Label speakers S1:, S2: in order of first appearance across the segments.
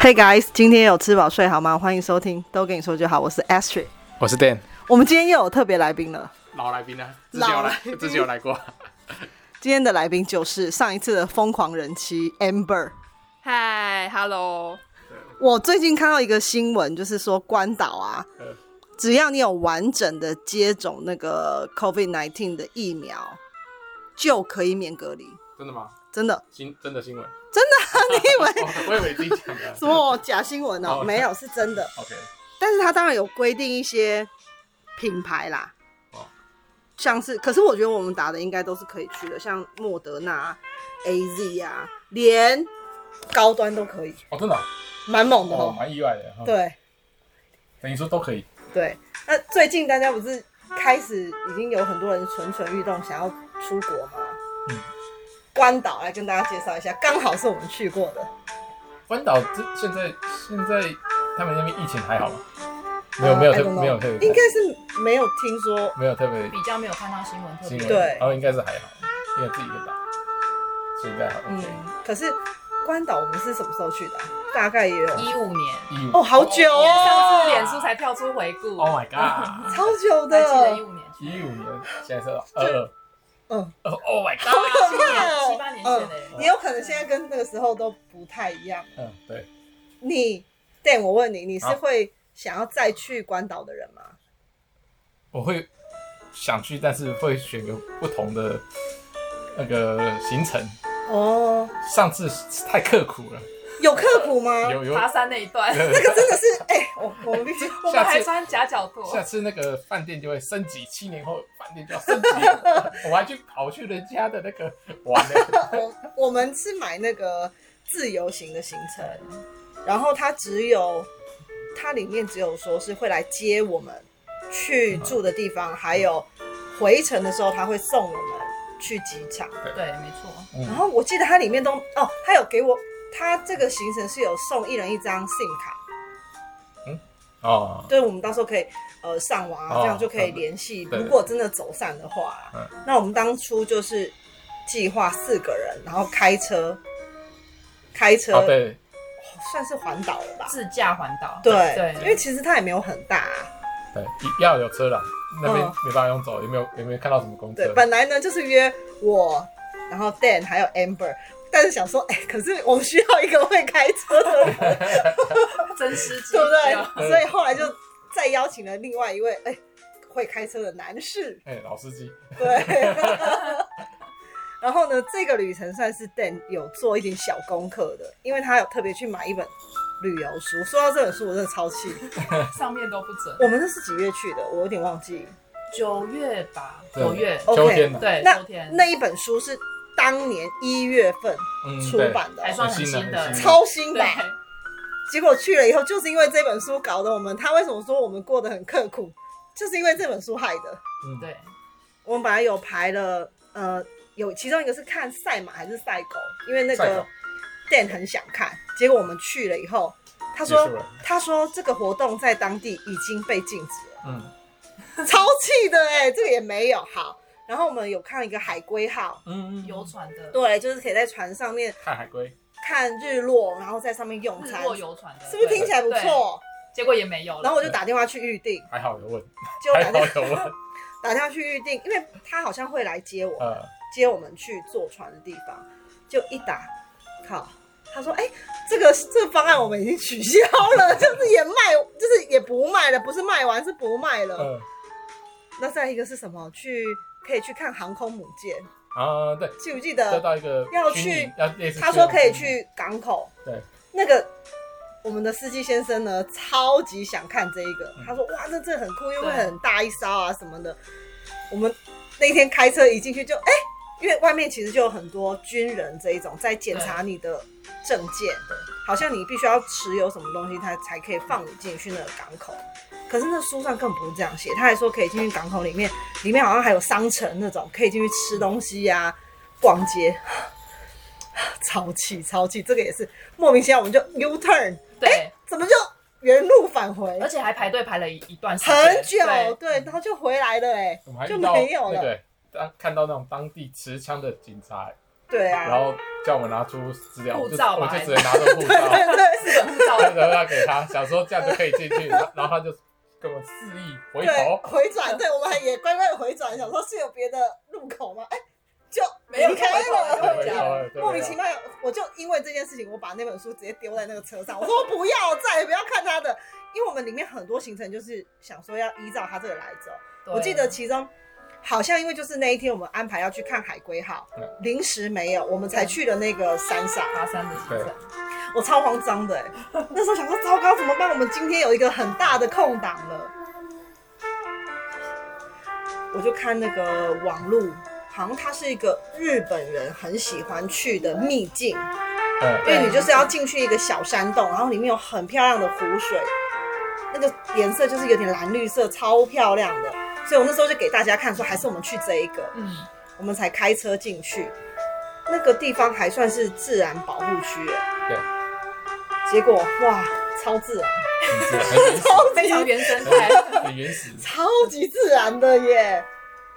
S1: Hey guys，今天有吃饱睡好吗？欢迎收听，都跟你说就好。我是 Astrid，
S2: 我是 Dan，
S1: 我们今天又有特别来宾了。
S2: 老来宾呢，之前
S1: 老
S2: 有
S1: 来
S2: 来
S1: 宾，
S2: 之前有来过，
S1: 今天的来宾就是上一次的疯狂人妻 Amber。
S3: 嗨，Hello，
S1: 我最近看到一个新闻，就是说关岛啊，只要你有完整的接种那个 COVID 1 9的疫苗，就可以免隔离。
S2: 真的吗？
S1: 真的？
S2: 新真的新闻，
S1: 啊你以为
S2: 哦我以为自己讲的
S1: 什么假新闻哦、
S2: 哦
S1: 没有，是真的。
S2: ，OK，
S1: 但是它当然有规定一些品牌啦，
S2: 哦
S1: 像是，可是我觉得我们打的应该都是可以去的，像莫德纳、啊、A Z 啊，连高端都可以，
S2: 哦，真的啊，
S1: 蛮猛的
S2: 哦，
S1: 哦。
S2: 蛮意外的，哦，
S1: 对
S2: 等于说都可以，
S1: 对，那最近大家不是开始已经有很多人蠢蠢欲动，想要出国吗？
S2: 嗯
S1: 关岛来跟大家介绍一下，刚好是我们去过的。
S2: 关岛这现在现在他们那边疫情还好吗？没有没有
S1: 呃 I
S2: 特
S1: don't know
S2: 没有特别
S1: 应该是没有听说
S2: 没有特别
S3: 比较没有看到新闻特
S2: 新闻，
S3: 别
S1: 对
S2: 然后应该是还好，因为自己一个岛，所以应该还 OK。
S1: 嗯，可是关岛我们是什么时候去的啊、大概也有
S3: 一五年，
S2: 义
S1: 哦，好久
S3: 上次
S1: 哦，
S3: 脸书才跳出回顾
S2: Oh my god！
S1: 超久
S3: 还记得一
S1: 的，
S3: 五年，
S2: 一五年，现在是二二，
S1: 嗯
S2: 哦，Oh my god！
S3: 好可
S1: 怕哦
S3: 七八年前嘞，
S2: 哎
S1: 也有可能现在跟那个时候都不太一样。
S2: 嗯，对，
S1: 你，但我问你，你是
S2: 好
S1: 会想要再去关岛的人吗？
S2: 我会想去，但是会选个不同的那个行程。
S1: 哦，
S2: 上次太刻苦了，
S1: 有刻苦吗？
S2: 有有，
S3: 爬山那一段，
S1: 这个真的是，哎、我 我们必须，
S3: 我们还穿夹脚拖，
S2: 下次那个饭店就会升级，七年后饭店就要升级。我还去跑去人家的那个玩呢，
S1: 我我们是买那个自由行的行程，然后它只有它里面只有说是会来接我们去住的地方，还有回程的时候他会送我们去机场。
S3: 对，没错，
S2: 嗯
S1: 然后我记得它里面都哦，它有给我，它这个行程是有送一人一张 SIM 卡，
S2: 哦，
S1: 就是我们到时候可以呃上网啊，
S2: 哦嗯
S1: 这样就可以联系。
S2: 对对
S1: 如果真的走散的话啊、
S2: 嗯
S1: 那我们当初就是计划四个人，然后开车，开车、
S2: 哦对，
S1: 算是环岛了吧？
S3: 自驾环岛，
S1: 对，因为
S3: 对，
S1: 其实它也没有很大、啊。
S2: 对，要有车了，那边
S1: 嗯
S2: 没办法用走，有没有有没有看到什么公
S1: 对
S2: 车，？
S1: 本来呢就是约我，然后 Dan 还有 Amber，但是想说，哎、可是我们需要一个会开车的人，
S3: 真司机，
S1: 对不对？
S2: 对
S1: 所以后来就再邀请了另外一位，哎、会开车的男士，
S2: 哎，老司机，
S1: 对。 然后呢，这个旅程算是 Dan 有做一点小功课的，因为他有特别去买一本旅游书。说到这本书，我真的超气。
S3: 上面都不准，
S1: 我们那是几月去的？我有点忘记。
S3: 九月吧，
S2: 对
S3: 九月，
S1: OK
S2: 秋天嘛，
S3: 对，
S1: 那
S3: 秋天，
S1: 那一本书是当年一月份
S2: 嗯，
S1: 出
S2: 对，嗯
S1: 版的哦、
S3: 还算很新的
S2: 很，新的
S1: 超新
S3: 对，
S1: 版。结果去了以后，就是因为这本书搞得我们，他为什么说我们过得很刻苦，就是因为这本书害的。
S2: 嗯，
S3: 对，
S1: 我们本来有排了，呃，有其中一个是看赛马还是赛狗，因为那
S2: 赛
S1: 个
S2: 狗
S1: Dan 很想看。结果我们去了以后，他说
S2: 结束了
S1: 他说这个活动在当地已经被禁止了。
S2: 嗯
S1: 超气的哎、这个也没有好。然后我们有看一个海龟号，
S2: 嗯，
S3: 游船的，
S1: 对，就是可以在船上面
S2: 看海龟，
S1: 看日落，然后在上面用
S3: 日
S1: 餐，
S3: 落游船的，
S1: 是不是听起来不
S3: 对？
S1: 错？
S3: 对结果也没有了，
S1: 然后我就打电话去预定，
S2: 还好有问，
S1: 结果
S2: 还
S1: 打
S2: 好
S1: 电
S2: 有问，
S1: 打电话去预定，因为他好像会来接我，
S2: 呃，
S1: 接我们去坐船的地方，就一打，靠，他说，哎、这个这个方案我们已经取消了， 就是也卖，就是也不卖了，不是卖完是不卖了。
S2: 呃
S1: 那再一个是什么？去可以去看航空母舰，
S2: 啊，对，
S1: 记不记
S2: 再
S1: 得？
S2: 到一个
S1: 要
S2: 军营
S1: 去
S2: 要类似
S1: 他说
S2: 去
S1: 可以去港口。
S2: 对，
S1: 那个我们的司机先生呢，超级想看这一个，他说哇，这这很酷，因为
S3: 对
S1: 很大一艘啊什么的。我们那天开车一进去就哎、因为外面其实就有很多军人这一种在检查你的证件，好像你必须要持有什么东西，他才可以放你进去那个港口。可是那书上根本不是这样写，他还说可以进去港口里面，里面好像还有商城那种，可以进去吃东西呀、逛街。 超气超气，这个也是莫名其妙，我们就 U turn，
S3: 对，
S1: 怎么就原路返回
S3: 而？且还排队排了一一段时间，
S1: 很久，
S3: 对
S1: 对，然后就回来了、欸，
S2: 我们还
S1: 就
S2: 遇到
S1: 没有
S2: 那
S1: 了。
S2: 个当看到那种当地持枪的警察，
S1: 对
S2: 然
S1: 啊，
S2: 后叫我们拿出资料，
S3: 护
S2: 我就
S3: 照
S2: 我
S3: 吧
S2: 就直接拿着护照，
S1: 对，
S3: 日本护照
S2: 车让给他，想说这样就可以进去，然后然后他就跟我示意回
S1: 对
S2: 头，
S1: 回转，对我们还也乖乖的回转，想说是有别的入口吗？哎、就
S3: 没有
S1: 离开
S3: 就
S1: 了。
S3: 回
S2: 头了，对
S1: 莫名其。妙，我就因为这件事情，我把那本书直接丢在那个车上。我说我不要，再也不要看他的，因为我们里面很多行程就是想说要依照他这个来走。
S3: 对
S1: 我记得其中好像因为就是那一天我们安排要去看海龟号
S2: 嗯，
S1: 临时没有，我们才去了那个山上。
S3: 爬山的行
S2: 对
S3: 程，
S1: 我超慌张的、欸，那时候想说糟糕怎么办？我们今天有一个很大的空档了，我就看那个网路，好像它是一个日本人很喜欢去的秘境，
S2: 嗯，
S1: 因为你就是要进去一个小山洞，然后里面有很漂亮的湖水，那个颜色就是有点蓝绿色，超漂亮的。所以我那时候就给大家看说，还是我们去这一个，
S3: 嗯，
S1: 我们才开车进去。那个地方还算是自然保护区、欸，
S2: 对。
S1: 结果哇，超自然，
S2: 很
S3: 非常原生态，
S2: 原始，
S1: 超级自然的耶！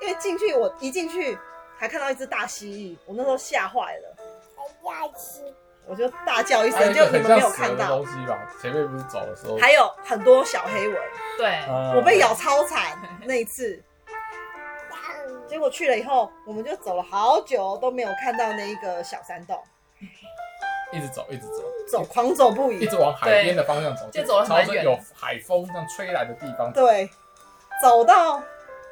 S1: 因为进去我一进去还看到一只大蜥蜴，我那时候吓坏了，
S4: 要吃
S1: 我就大叫一声，
S2: 很原始，
S1: 就你们
S2: 哎很
S1: 没
S2: 像
S1: 有
S2: 蛇
S1: 看
S2: 的
S1: 到。
S2: 东西吧？前面不是走的时候，
S1: 还有很多小黑蚊，
S3: 对，
S2: 啊嗯
S1: 我被咬超惨那一次。
S4: 蛋，
S1: 结果去了以后，我们就走了好久都没有看到那一个小山洞，
S2: 一直走，一直走，
S1: 走狂走不
S2: 一
S1: 已。
S2: 直往海边的方向走，
S3: 就走了
S2: 朝
S3: 蛮
S2: 着
S3: 远
S2: 有海风这样吹来的地方，
S1: 对，走到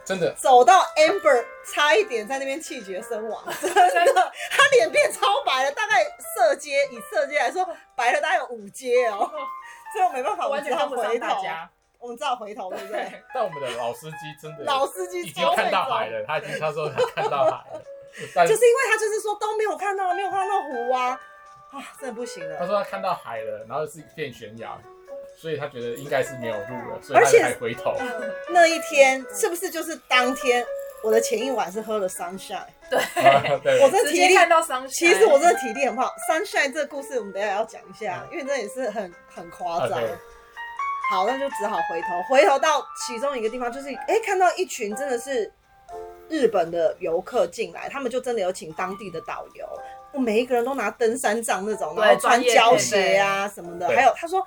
S2: 真的
S1: 走到 Amber 差一点在那边气绝身 亡，真的，他脸变超白了，大概色阶以色阶来说，白了大概有五阶 哦，所以我没办法，
S3: 我
S1: 我
S3: 完
S1: 们只
S3: 全
S1: 好
S3: 跟不上
S1: 回头
S3: 大，家，
S1: 我们只好回头，对不对？
S3: 对，
S2: 但我们的老司机真的
S1: 老司机
S2: 已经
S1: 超会
S2: 看到
S1: 走
S2: 海，了，他已经他说他看到 海了，但
S1: 就是因为他就是说都没有看到，没有看到湖啊，啊，真的不行
S2: 他
S1: 了。
S2: 说他看到海了，然后是一片悬崖，所以他觉得应该是没有路了，所以
S1: 而且
S2: 他才回 头。
S1: 那一天是不是就是当天我的前一晚是喝了 Sunshine？
S2: 啊对，
S1: 我真的
S3: 直
S1: 体力
S3: 接看到伤心。
S1: 其实我真的体力很不好。Sunshine 这个故事我们等一下也要讲一下，
S3: 嗯
S1: 因为这也是很很夸
S3: 啊
S1: 张
S2: OK。
S1: 好，那就只好回头，回头到其中一个地方，就是哎、诶看到一群真的是日本的游客进来，他们就真的有请当地的导游，我每一个人都拿登山杖那种，
S3: 对
S1: 然后穿
S3: 专业
S1: 胶鞋啊什么的，
S2: 对
S1: 还有他说。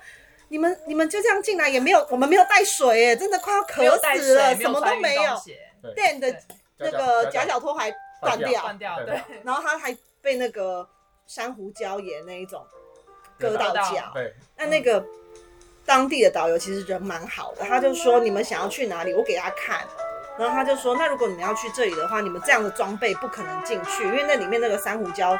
S1: 你们你们就这样进来也没有，我们没有带水哎，真的快要
S3: 没有
S1: 渴
S3: 带
S1: 死了，
S3: 水，
S1: 什么都没
S3: 没有穿运
S1: 有
S3: 动。鞋，
S1: 店的那
S3: 对
S1: 个夹脚拖还断
S2: 断
S1: 掉，
S3: 断掉，
S2: 对
S3: 对，
S1: 然后他还被那个珊瑚礁岩那一种割
S2: 割嗯
S1: 到
S3: 到
S1: 脚。
S2: 对，
S1: 那那个当地的导游其实人蛮好的，他就说你们想要去哪里，我给他看。然后他就说，那如果你们要去这里的话，你们这样的装备不可能进去，因为那里面那个珊瑚礁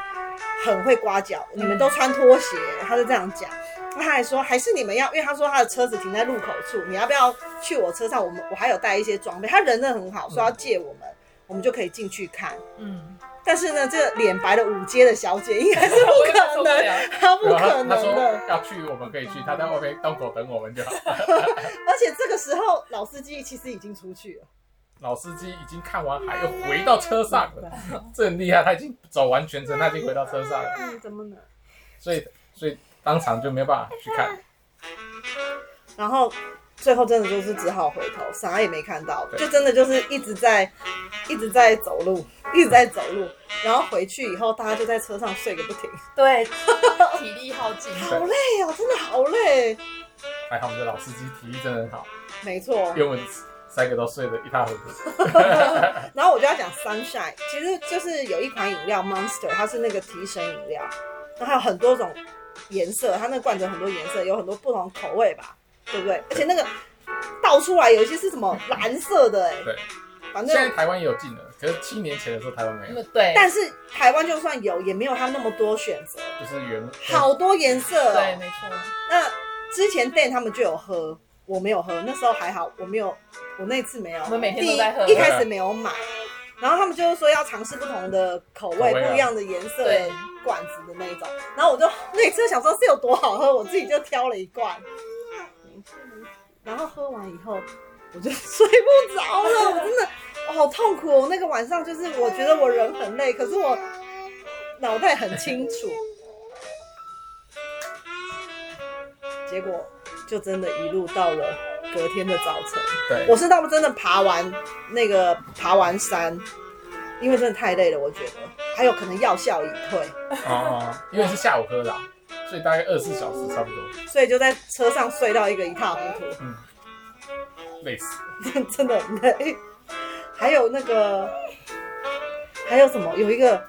S1: 很会刮脚，你们都穿拖鞋。他就这样讲。那他还说，还是你们要，因为他说他的车子停在路口处，你要不要去我车上？我们我还有带一些装备，他人真的很好，说要借我们，我们就可以进去看。
S3: 嗯，
S1: 但是呢，这个脸白了五阶的小姐应该是不
S3: 我
S1: 可
S3: 受不
S1: 能，
S3: 了，
S1: 她不
S2: 然后
S1: 可
S2: 他他
S1: 能
S2: 说
S1: 的。
S2: 要去，我们可以去，他在外面洞口等我们就好。
S1: 而且这个时候，老司机其实已经出去了。
S2: 老司机已经看完海，又回到车上了，这很厉害，他已经走完全程，他已经回到车上了，
S1: 嗯，怎么呢？
S2: 所以所以当场就没办法去看。
S1: 然后最后真的就是只好回头，啥也没看到，
S2: 对
S1: 就真的就是一直在一直在走路，一直在走路。然后回去以后，大家就在车上睡个不停，
S3: 对，体力耗尽，
S1: 好累哦，真的好累。
S2: 还好我们的老司机体力真的很好，
S1: 没错
S2: 因，为我们三个都睡得一塌糊涂。
S1: 然后我就要讲 Sunshine，其实就是有一款饮料 Monster，它是那个提神饮料，然后还有很多种颜色，它那个罐子有很多颜色，有很多不同口味吧，对不对？而且那个倒出来有一些是什么蓝色的、哎，
S2: 对，
S1: 反
S2: 现在
S1: 正
S2: 台湾也有进了，可是七年前的时候台湾没有，
S3: 嗯对，
S1: 但是台湾就算有，也没有它那么多选择，
S2: 就是原
S1: 好多颜色、
S3: 对，
S1: 哦。
S3: 没错，
S1: 那之前 Dan 他们就有喝，我没有喝，那时候还好，我没有，我那次没有。
S3: 我们每天都在喝
S1: 第一一开始没有买，然后他们就是说要尝试不同的口味、
S2: 口味啊
S1: 不一样的颜色的
S3: 对
S1: 罐子的那一种。然后我就那次想说是有多好喝，我自己就挑了一罐，然后喝完以后我就睡不着了，我真的、哦好痛苦、哦。我那个晚上就是我觉得我人很累，可是我脑袋很清楚，结果就真的一路到了隔天的早晨。
S2: 对
S1: 我是到真的爬完那个爬完山，因为真的太累了，我觉得还有可能药效已退。
S2: 哦哦，因为是下午喝的啊、所以大概二十四小时差不多，
S1: 所以就在车上睡到一个一塌糊涂，
S2: 累死。
S1: 真的很累。还有那个，还有什么？有一个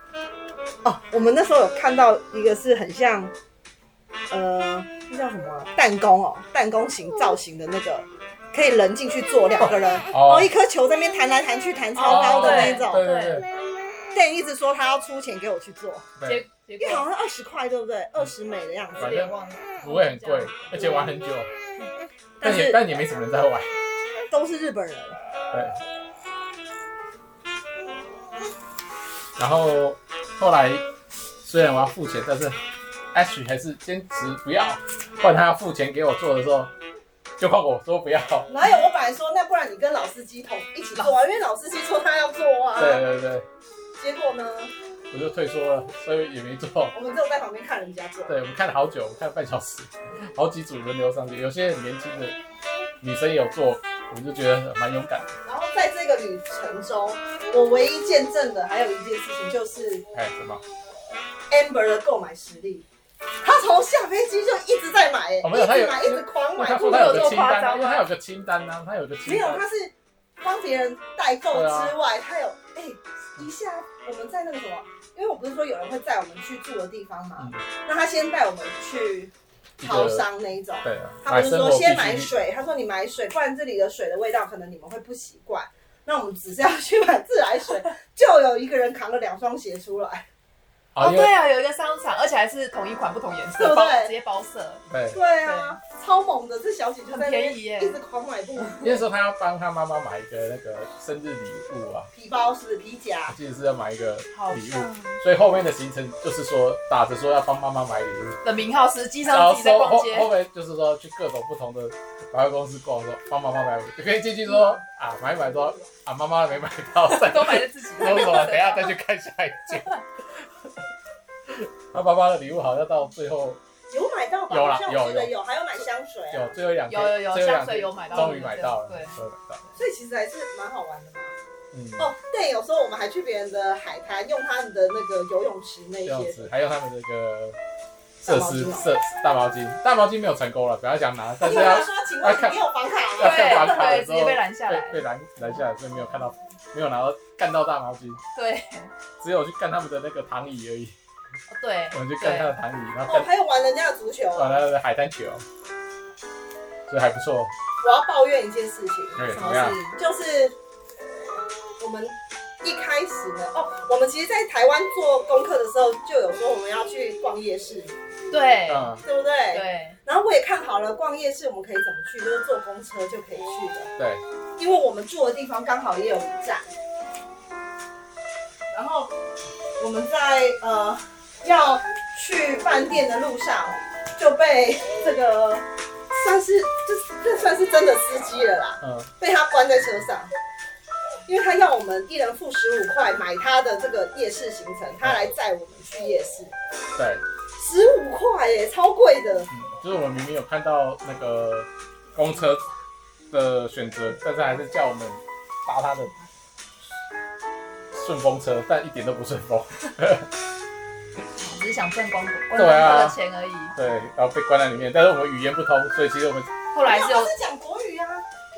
S1: 哦，我们那时候有看到一个是很像，呃，那叫什么啊弹弓哦，弹弓型造型的那个，可以人进去坐两个人，
S2: 哦
S1: 哦，一颗球在那边弹来弹去，弹超高的那种。
S2: 对对对
S1: 店一直说他要出钱给我去做，
S2: 对，
S3: 结结
S1: 因为好
S3: 果
S1: 像二十块，对不对？二十美的样子。
S3: 有点忘了，
S2: 不会很贵，而且玩很久，
S1: 但
S2: 但也
S1: 是
S2: 但也没什么人在玩。
S1: 都是日本人，
S2: 对。然后后来虽然我要付钱，但是 Ash 还是坚持不要，不然他要付钱给我做的时候，就换我说不要。
S1: 哪有？我本来说，那不然你跟老司机同一起做啊，因为老司机说他要做啊。
S2: 对。对对，
S1: 结果呢，
S2: 我就退缩了，所以也没做。
S1: 我们只有在旁边看人家做。
S2: 对，我们看了好久，我们看了半小时，好几组轮流上去，有些很年轻的女生也有做，我就觉得蛮勇敢的。
S1: 然后在这个旅程中，我唯一见证的还有一件事情，就是
S2: 哎，什么？
S1: Amber 的购买实力。他从下飞机就一直在买、欸，
S2: 哦没有
S1: 一
S2: 他有
S1: 直买，一直狂买
S2: 他。说他有个清单，他有个清单啊，他有个
S1: 没
S2: 清
S1: 有，
S2: 单。啊
S1: 他是帮别人代购之外，他有哎、一下我们在那个什么，因为我不是说有人会载我们去住的地方嘛，
S2: 嗯
S1: 那他先带我们去
S2: 一
S1: 超
S2: 个
S1: 商那一种。
S2: 对，
S1: 他不是
S2: 生
S1: 说
S2: 活
S1: 先
S2: 必
S1: 买
S2: 需品。
S1: 水，他说你买水，不然这里的水的味道可能你们会不习惯。那我们只是要去买自来水，就有一个人扛了两双鞋出来。
S2: 啊，
S3: 哦，
S2: 因为
S3: 对啊，有一个商场，而且还是同一款不同颜
S1: 对不对
S3: 色，包直接包色，
S2: 对，
S1: 对啊，超猛的，这小姐就
S3: 很
S1: 在那边
S3: 便
S1: 一
S3: 宜耶。
S1: 直狂买布
S2: 那时候他要帮他妈妈买一个那个生日礼物啊，
S1: 皮包是不是皮夹
S2: 他，记得是要买一个
S3: 好
S2: 礼
S3: 像
S2: 物，所以后面的行程就是说打着说要帮妈妈买礼物，
S3: 的名号是机
S2: 然
S3: 上
S2: 后
S3: 自己在
S2: 说
S3: 逛
S2: 后
S3: 街，
S2: 后面就是说去各种不同的百货公司逛，说帮妈妈买礼物，就可以进去说啊买一买说啊妈妈没买 到，再
S3: 都买了自己的。
S2: 搜索，等一下再去看下一件。 他爸爸的礼物好像到最后
S1: 有买到吧？
S2: 有啦
S1: 好像我记得
S2: 有
S1: 有，还有买香水啊。
S2: 有最后一两天，
S3: 有有有
S2: 最后一两
S3: 香水
S2: 天
S3: 有买到
S2: 终于买到了，
S3: 对
S2: 终于买到了，
S1: 所以其实还是蛮好玩的嘛。
S2: 嗯，
S1: 哦，对，有时候我们还去别人的海滩，用他们的那个游泳池那
S2: 这样
S1: 些。
S2: 子，还有他们那个设施设大毛巾，大毛巾没有成功了，不要想拿，但是
S1: 因为
S2: 要
S1: 他说，请问你有房卡
S2: 啊
S1: 啊
S2: 要
S1: 吗？
S2: 看房卡的
S3: 对对，
S2: 时
S3: 直
S2: 候
S3: 接被拦下
S2: 被
S3: 来。
S2: 被拦拦下来，所以没有看到，没有拿到干到大毛巾，
S3: 对
S2: 只有去干他们的那个躺椅而已，
S3: 哦对
S2: 我们去干他的躺椅，然后
S1: 哦
S2: 干，
S1: 还有玩人家的足球。
S2: 玩他的海滩球，所以还不错，
S1: 我要抱怨一件事情。
S2: 哎，
S3: 什
S2: 怎
S3: 么
S2: 么样？
S3: 事？
S1: 就是我们一开始呢，哦，我们其实，在台湾做功课的时候，就有说我们要去逛夜市，
S3: 对
S2: 嗯，
S1: 对不对？
S3: 对，
S1: 然后我也看好了，逛夜市我们可以怎么去，就是坐公车就可以去的，
S2: 对，
S1: 因为我们住的地方刚好也有一站。然后我们在呃要去饭店的路上，就被这个算是这这算是真的司机了啦。
S2: 嗯，
S1: 被他关在车上，因为他要我们一人付十五块买他的这个夜市行程，他来载我们去夜市，
S2: 对，
S1: 十五块耶，超贵的。
S2: 嗯，就是我们明明有看到那个公车的选择，但是还是叫我们搭他的顺风车，但一点都不顺风。
S3: 只是想赚光光
S2: 对啊
S3: 光的钱而已。
S2: 对，然后被关在里面，但是我们语言不通，所以其实我们
S3: 后来是
S1: 没有
S3: 有
S1: 他是讲国语啊，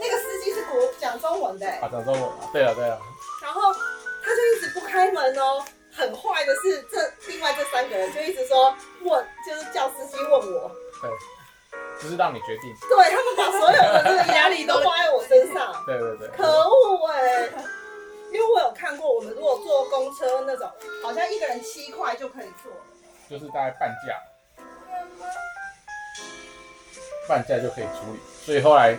S1: 那个司机是国讲中文的耶，
S2: 啊，讲中文啊，对了对了，
S1: 然后他就一直不开门哦。很坏的是，这另外这三个人就一直说问，就是叫司机问我，
S2: 就是让你决定，
S1: 对他们把所有的这个压力都花在我身上。
S2: 对对对，
S1: 可恶哎、因为我有看过，我们如果坐公车那种，好像一个人七块就可以坐了。
S2: 就是大概半价，半价就可以处理，所以后来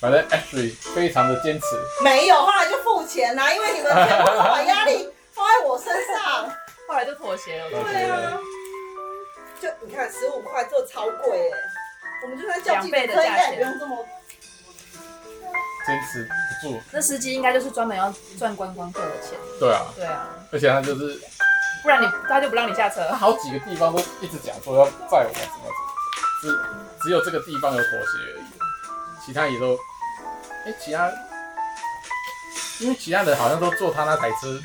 S2: 反正 Ashley 非常的坚持，
S1: 没有，后来就付钱啦、因为你们全部都把压力放在我身上。
S3: 后来就妥协了。
S1: 对啊，就你看十五块坐超贵哎、我们就算叫计程
S3: 两倍的
S1: 车，应
S3: 价
S1: 该也
S3: 钱
S1: 不用这么。
S2: 坚持不住，
S3: 那司机应该就是专门要赚观光客的钱。
S2: 对啊，
S3: 对啊，
S2: 而且他就是
S3: 不然你他就不让你下车
S2: 他。好几个地方都一直讲说要载我们什么什么，只只有这个地方有妥协而已，其他也都，哎、其他，因为其他人好像都坐他那台车，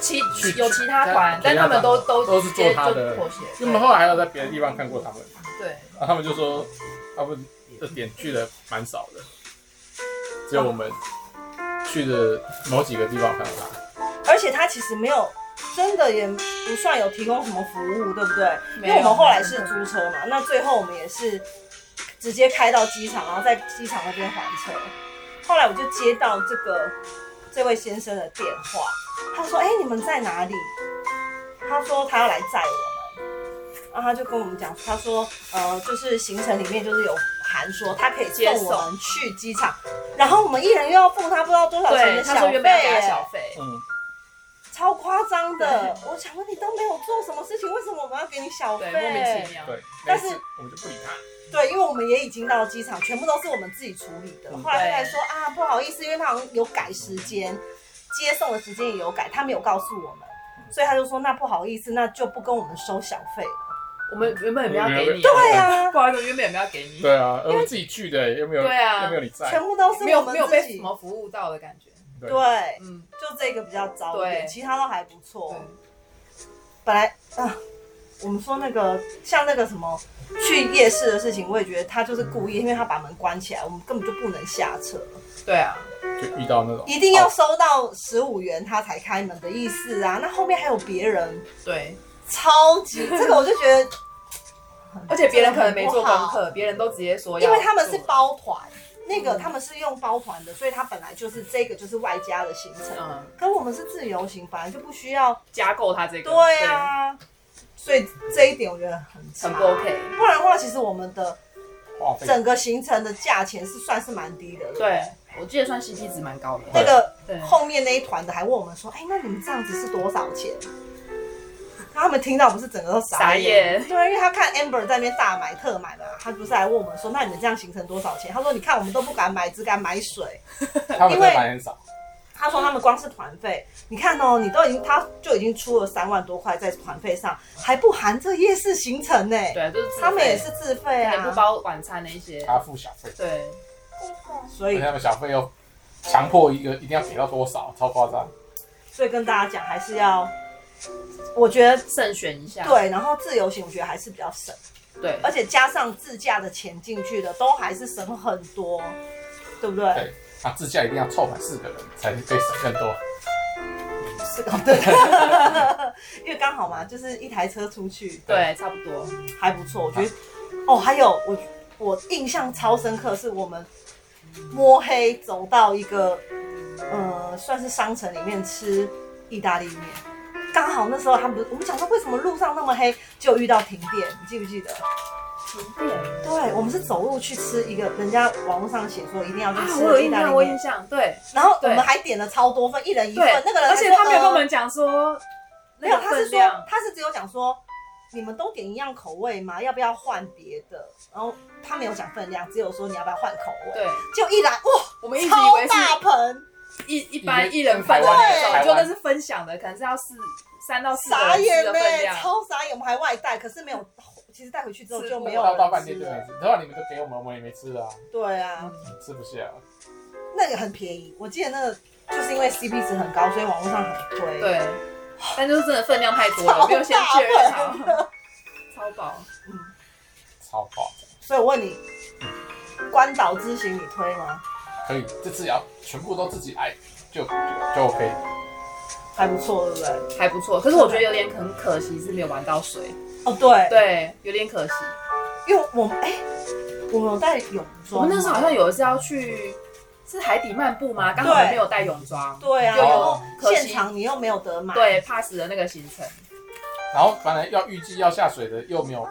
S3: 其
S2: 去
S3: 有其他团，但他们都都
S2: 都是
S3: 直
S2: 做
S3: 接
S2: 他的
S3: 就妥协。
S2: 因为我们后来还有在别的地方看过他们，
S3: 对，
S2: 然后他们就说他们的点去的蛮少的，只有我们去的某几个地方看到他。
S1: 而且他其实没有真的也不算有提供什么服务，对不对？因
S3: 没有
S1: 为我们后来是租车嘛，那最后我们也是直接开到机场，然后在机场那边还车。后来我就接到这个这位先生的电话，他说：“哎、你们在哪里？”他说他要来载我们，然后他就跟我们讲，他说：“呃，就是行程里面就是有函说他可以
S3: 接
S1: 送
S3: 送
S1: 我们去机场，然后我们一人又要付他不知道多少钱
S3: 对，
S1: 的
S3: 他
S1: 小
S3: 说
S1: 费、
S3: 原本要给他
S1: 哎
S3: 小费，
S2: 嗯，
S1: 超夸张的！我想问你都没有做什么事情，为什么我们要给你小费
S3: 对，？莫名其妙。
S2: 对，
S1: 但是
S2: 那一次我们就不理他。
S1: 对因为我们也已经到机场，全部都是我们自己处理的。
S2: 嗯
S1: 后来他才说啊，不好意思，因为他好像有改时间，接送的时间也有改，他没有告诉我们，所以他就说那不好意思，那就不跟我们收小费了。
S3: 我们原本也没有要给你，
S2: 对
S1: 对啊，
S3: 不好意思，原本也没有要给你，
S2: 对啊，而我自己去的，又没有，
S3: 对啊
S2: 又没有你在
S1: 全，部都是
S3: 没
S1: 我
S3: 有
S1: 们
S3: 没有
S1: 自
S3: 被什
S1: 己。
S3: 么服务到的感觉。
S2: 对
S1: 对，
S3: 嗯，
S1: 就这个比较糟一点，
S3: 对
S1: 其他都还不错
S3: 对。，
S1: 本来啊，我们说那个像那个什么去夜市的事情，我也觉得他就是故意，因为他把门关起来，我们根本就不能下车，
S3: 对啊，
S2: 就遇到那种哦
S1: 一定要收到十五元他才开门的意思啊。那后面还有别人，
S3: 对，
S1: 超级这个我就觉 得，
S3: 而且别人可能没做功课，别人都直接说
S1: 嗯
S3: 要，
S1: 因为他们是包团，那个他们是用包团的，所以他本来就是这个就是外加的行程，
S3: 嗯
S1: 可我们是自由行，本来就不需要。
S3: 架构他这个，
S1: 对啊，所以这一点我觉得很
S3: 对，
S1: 差
S3: 很不。OK。
S1: 不然的话，其实我们的
S2: 话费，
S1: 整个行程的价钱是算是蛮低的。，
S3: 对，我记得算 CP 值蛮高的。
S1: 那个
S3: 对，
S1: 后面那一团的还问我们说：“哎、那你们这样子是多少钱？”然后他们听到不是整个都傻
S3: 傻眼
S1: 对，因为他看 Amber 在那边大买特买嘛，他不是还问我们说：“那你们这样行程多少钱？”他说：“你看我们都不敢买，只敢买水。
S2: 他们真的买很少，”
S1: 他说：“他们光是团费，你看哦，你都已经他就已经出了三万多块在团费上，还不含这夜市行程呢。
S3: 对，就是自费
S1: 他们也是自费
S3: 也不
S1: 啊，
S3: 包晚餐那一些。
S2: 他付小费，
S3: 对，
S1: 所
S2: 而且
S1: 以
S2: 他们小费又强迫一个一定要给到多少，超夸张。
S1: 所以跟大家讲，还是要，我觉得
S3: 慎选一下。
S1: 对，然后自由行我觉得还是比较省，
S3: 对
S1: 而且加上自驾的钱进去的，都还是省很多，对不对？
S2: 对，他自驾一定要凑满四个人才可以省更多。
S1: 是哦，对， 因为刚好嘛，就是一台车出去
S3: 对，差不多。
S1: 还不错，我觉得。哦，还有我我印象超深刻，是我们摸黑走到一个呃，算是商城里面吃意大利面。刚好那时候他们不，我们想说为什么路上那么黑，就遇到停电，你记不记得？嗯对，我们是走路去吃一个，人家网络上写说一定要去
S3: 啊，
S1: 吃
S3: 我有
S1: 意
S3: 印
S1: 大
S3: 象，
S1: 利
S3: 我有印
S1: 面，
S3: 象。对
S1: 然后我们
S3: 对
S1: 还点了超多份，一人一份
S3: 对。，
S1: 那个人还
S3: 而且
S1: 说
S3: 他没有跟我
S1: 呃
S3: 们讲说
S1: 没有，
S3: 那个
S1: 他是
S3: 分
S1: 说
S3: 量。
S1: 他是只有讲说你们都点一样口味吗？要不要换别的？然后他没有讲分量，只有说你要不要换口味。
S3: 对，
S1: 就一来哇，
S3: 我们一直以
S1: 超
S3: 为
S1: 大
S3: 是
S1: 盆，
S3: 一一
S2: 以
S3: 般
S2: 为
S3: 一人份的
S1: 对
S3: 那种，就那是分享的，可能是要四三到四个
S1: 傻
S3: 人吃
S1: 眼
S3: 的
S1: 呢、
S3: 分量。
S1: 超傻眼，我们还外带，可是 没有，其实带回去之后就没有
S2: 到
S1: 人
S2: 到饭
S1: 吃啊
S2: 店就没
S1: 了。
S2: 吃，然后你们都给我们，我们也没吃啊，
S1: 对啊，
S2: 吃不下。
S1: 那个很便宜，我记得那个就是因为 CP 值很高，所以网络上很推。
S3: 对，但就是真的分量太多了，没有先确认好，超饱。
S2: 超夸张，
S1: 所以我问你，关岛之行你推吗？
S2: 可以，这次也要全部都自己来，就就就 OK。
S1: 还不错，对不对？
S3: 还不错，可是我觉得有点很可惜是没有玩到水，
S1: 哦，对，
S3: 对，有点可惜。
S1: 因为我们哎、我们有带泳
S3: 我
S1: 装吗，
S3: 们那时候好像有一次要去，是海底漫步吗？刚好我们没有带泳装，
S1: 对啊，
S3: 有
S1: 然后
S3: 可惜
S1: 现场你又没有得买，
S3: 对，pass 了那个行程，
S1: 嗯
S2: 然后本来要预计要下水的，又没有，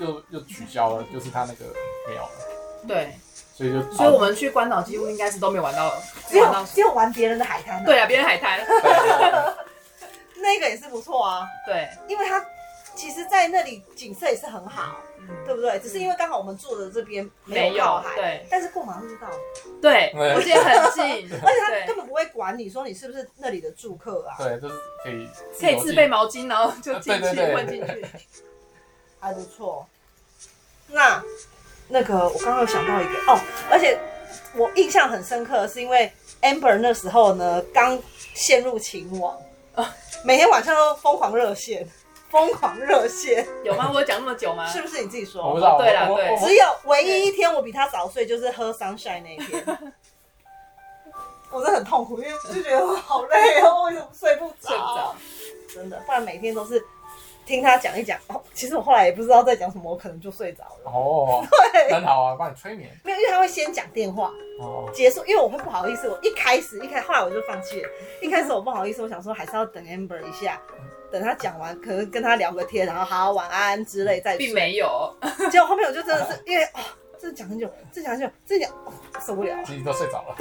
S2: 又又取消了，就是他那个没有了，
S3: 对，
S2: 所以就
S3: 所以我们去关岛几乎应该是都没有玩到，
S1: 只
S3: 玩到
S1: 有
S3: 水。
S1: 只有玩别人的海滩、啊，
S3: 对，啊，别人海滩，
S2: 对对
S1: 那个也是不错啊，
S3: 对，
S1: 因为它其实，在那里景色也是很好，
S3: 嗯
S1: 对不对？只是因为刚好我们住的这边
S3: 没
S1: 有靠
S3: 有，
S1: 海，
S3: 对
S1: 但是过马路就到了，
S3: 对，
S2: 对
S3: 我记得很 近，
S1: 而且他
S3: 对
S1: 根，本不会管你说你是不是那里的住客啊，
S2: 对，就是可以
S3: 可以
S2: 由
S3: 自
S2: 进
S3: 备毛巾，然后就进
S2: 对对
S3: 去
S2: 对
S3: 混进去，
S1: 还啊不错。那那个我刚刚有想到一个哦，而且 我印象很深刻，是因为 Amber 那时候呢刚陷入情网。每天晚上都疯狂热线，疯狂热线，
S3: 有吗？我有讲那么久吗？
S1: 是不是你自己说？
S2: 我不知道，
S3: 哦对啦
S2: 我
S3: 对
S2: 我我
S1: 只有唯一一天我比他早睡，就是喝 sunshine 那一天。 我真的很痛苦，因为就觉得我好累哦，为什么睡不着？
S3: 睡不着，
S1: 真的，不然每天都是听他讲一讲。哦，其实我后来也不知道在讲什么，我可能就睡着了。
S2: 哦，很好啊，帮你催眠
S1: 没有，因为他会先讲电话
S2: 哦，
S1: 结束，因为我会不好意思。我一开始一开，后来我就放弃了。一开始我不好意思，我想说还是要等 Amber 一下，等他讲完，可能跟他聊个天，然后好晚安之类再睡
S3: 并。没有，
S1: 结果后 面我就真的是因为啊、这讲很久，这讲很久，这讲、哦受不了了，
S2: 自己都睡着了。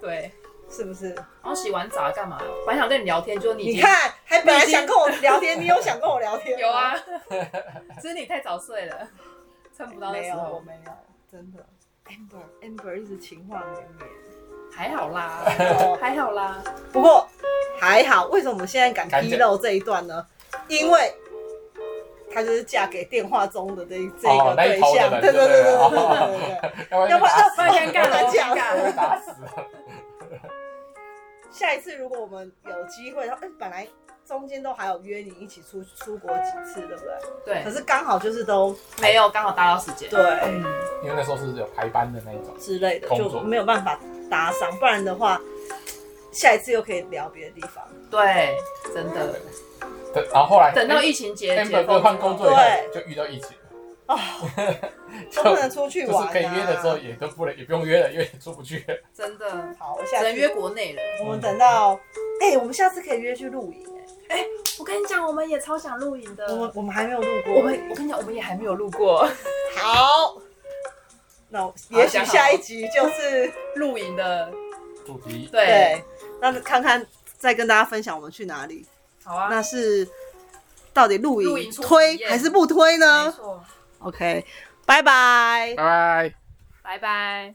S3: 对。
S1: 是不是？
S3: 然哦后洗完澡干嘛？本来想跟你聊天，就你已
S1: 你
S3: 经
S1: 看，还本来想跟我聊天，你有想跟我聊天？哦
S3: 有 啊，，只是你太早睡了，撑不到那
S1: 没
S3: 时
S1: 有，我
S3: 候，
S1: 没有，真的。Amber Amber 一直情话绵 绵，
S3: 还好 啦，
S1: 哦
S3: 还好啦，
S1: 不过还好，为什么我们现在敢披露这一段呢？因为她就是嫁给电话中的这一这
S2: 哦
S1: 个
S2: 那
S1: 对
S2: 一头的
S1: 象，
S2: 人
S1: 对对
S2: 就对
S1: 对对
S2: 了
S1: 对对对对。
S2: 要不
S1: 要不然要
S2: 然
S1: 不
S3: 不然尴尬了，
S1: 我讲
S3: 尴尬
S2: 被
S3: 了。
S2: 打死被打死了。
S1: 下一次如果我们有机会，然后哎本来中间都还有约你一起出出国几次，对不对？可
S3: 对，
S1: 是刚好就是都
S3: 没有刚好搭到时间。
S1: 对
S3: 嗯，
S2: 因为那时候是有排班的那一种，
S1: 之类的，
S2: 工
S1: 就
S2: 作
S1: 没有办法搭上，不然的话，下一次又可以聊别的地方。
S3: 对，真的，
S2: 对，然后后来
S3: 等到疫情解
S2: Amber
S3: 解
S2: 哥
S3: 封之
S2: 换
S3: 后
S2: 工作以后，就遇到疫情了，
S1: 哦，
S2: 就
S1: 都不能出去
S2: 就是
S1: 玩、啊。
S2: 可以约的时候也都不能，也不用约了，因为也出不去了。
S3: 真的
S1: 好，我
S3: 只
S1: 下次
S3: 能约。国内了。
S1: 我们等到，哎、我们下次可以约去露营、哎
S3: 我跟你讲，我们也超想露营的。
S1: 我们我们还没有录过。
S3: 嗯我们我跟你讲，我们也还没有录过
S1: 好，那我也许
S3: 讲好
S1: 下一集就是
S3: 露营的，
S2: 主题
S3: 对，
S1: 对，那看看再跟大家分享我们去哪里。
S3: 好啊，
S1: 那是到底露
S3: 露
S1: 营
S3: 营出
S1: 推
S3: 体验
S1: 还是不推
S3: 没
S1: 呢
S3: 错，
S1: ？OK，拜拜。
S2: 拜拜。
S3: 拜拜。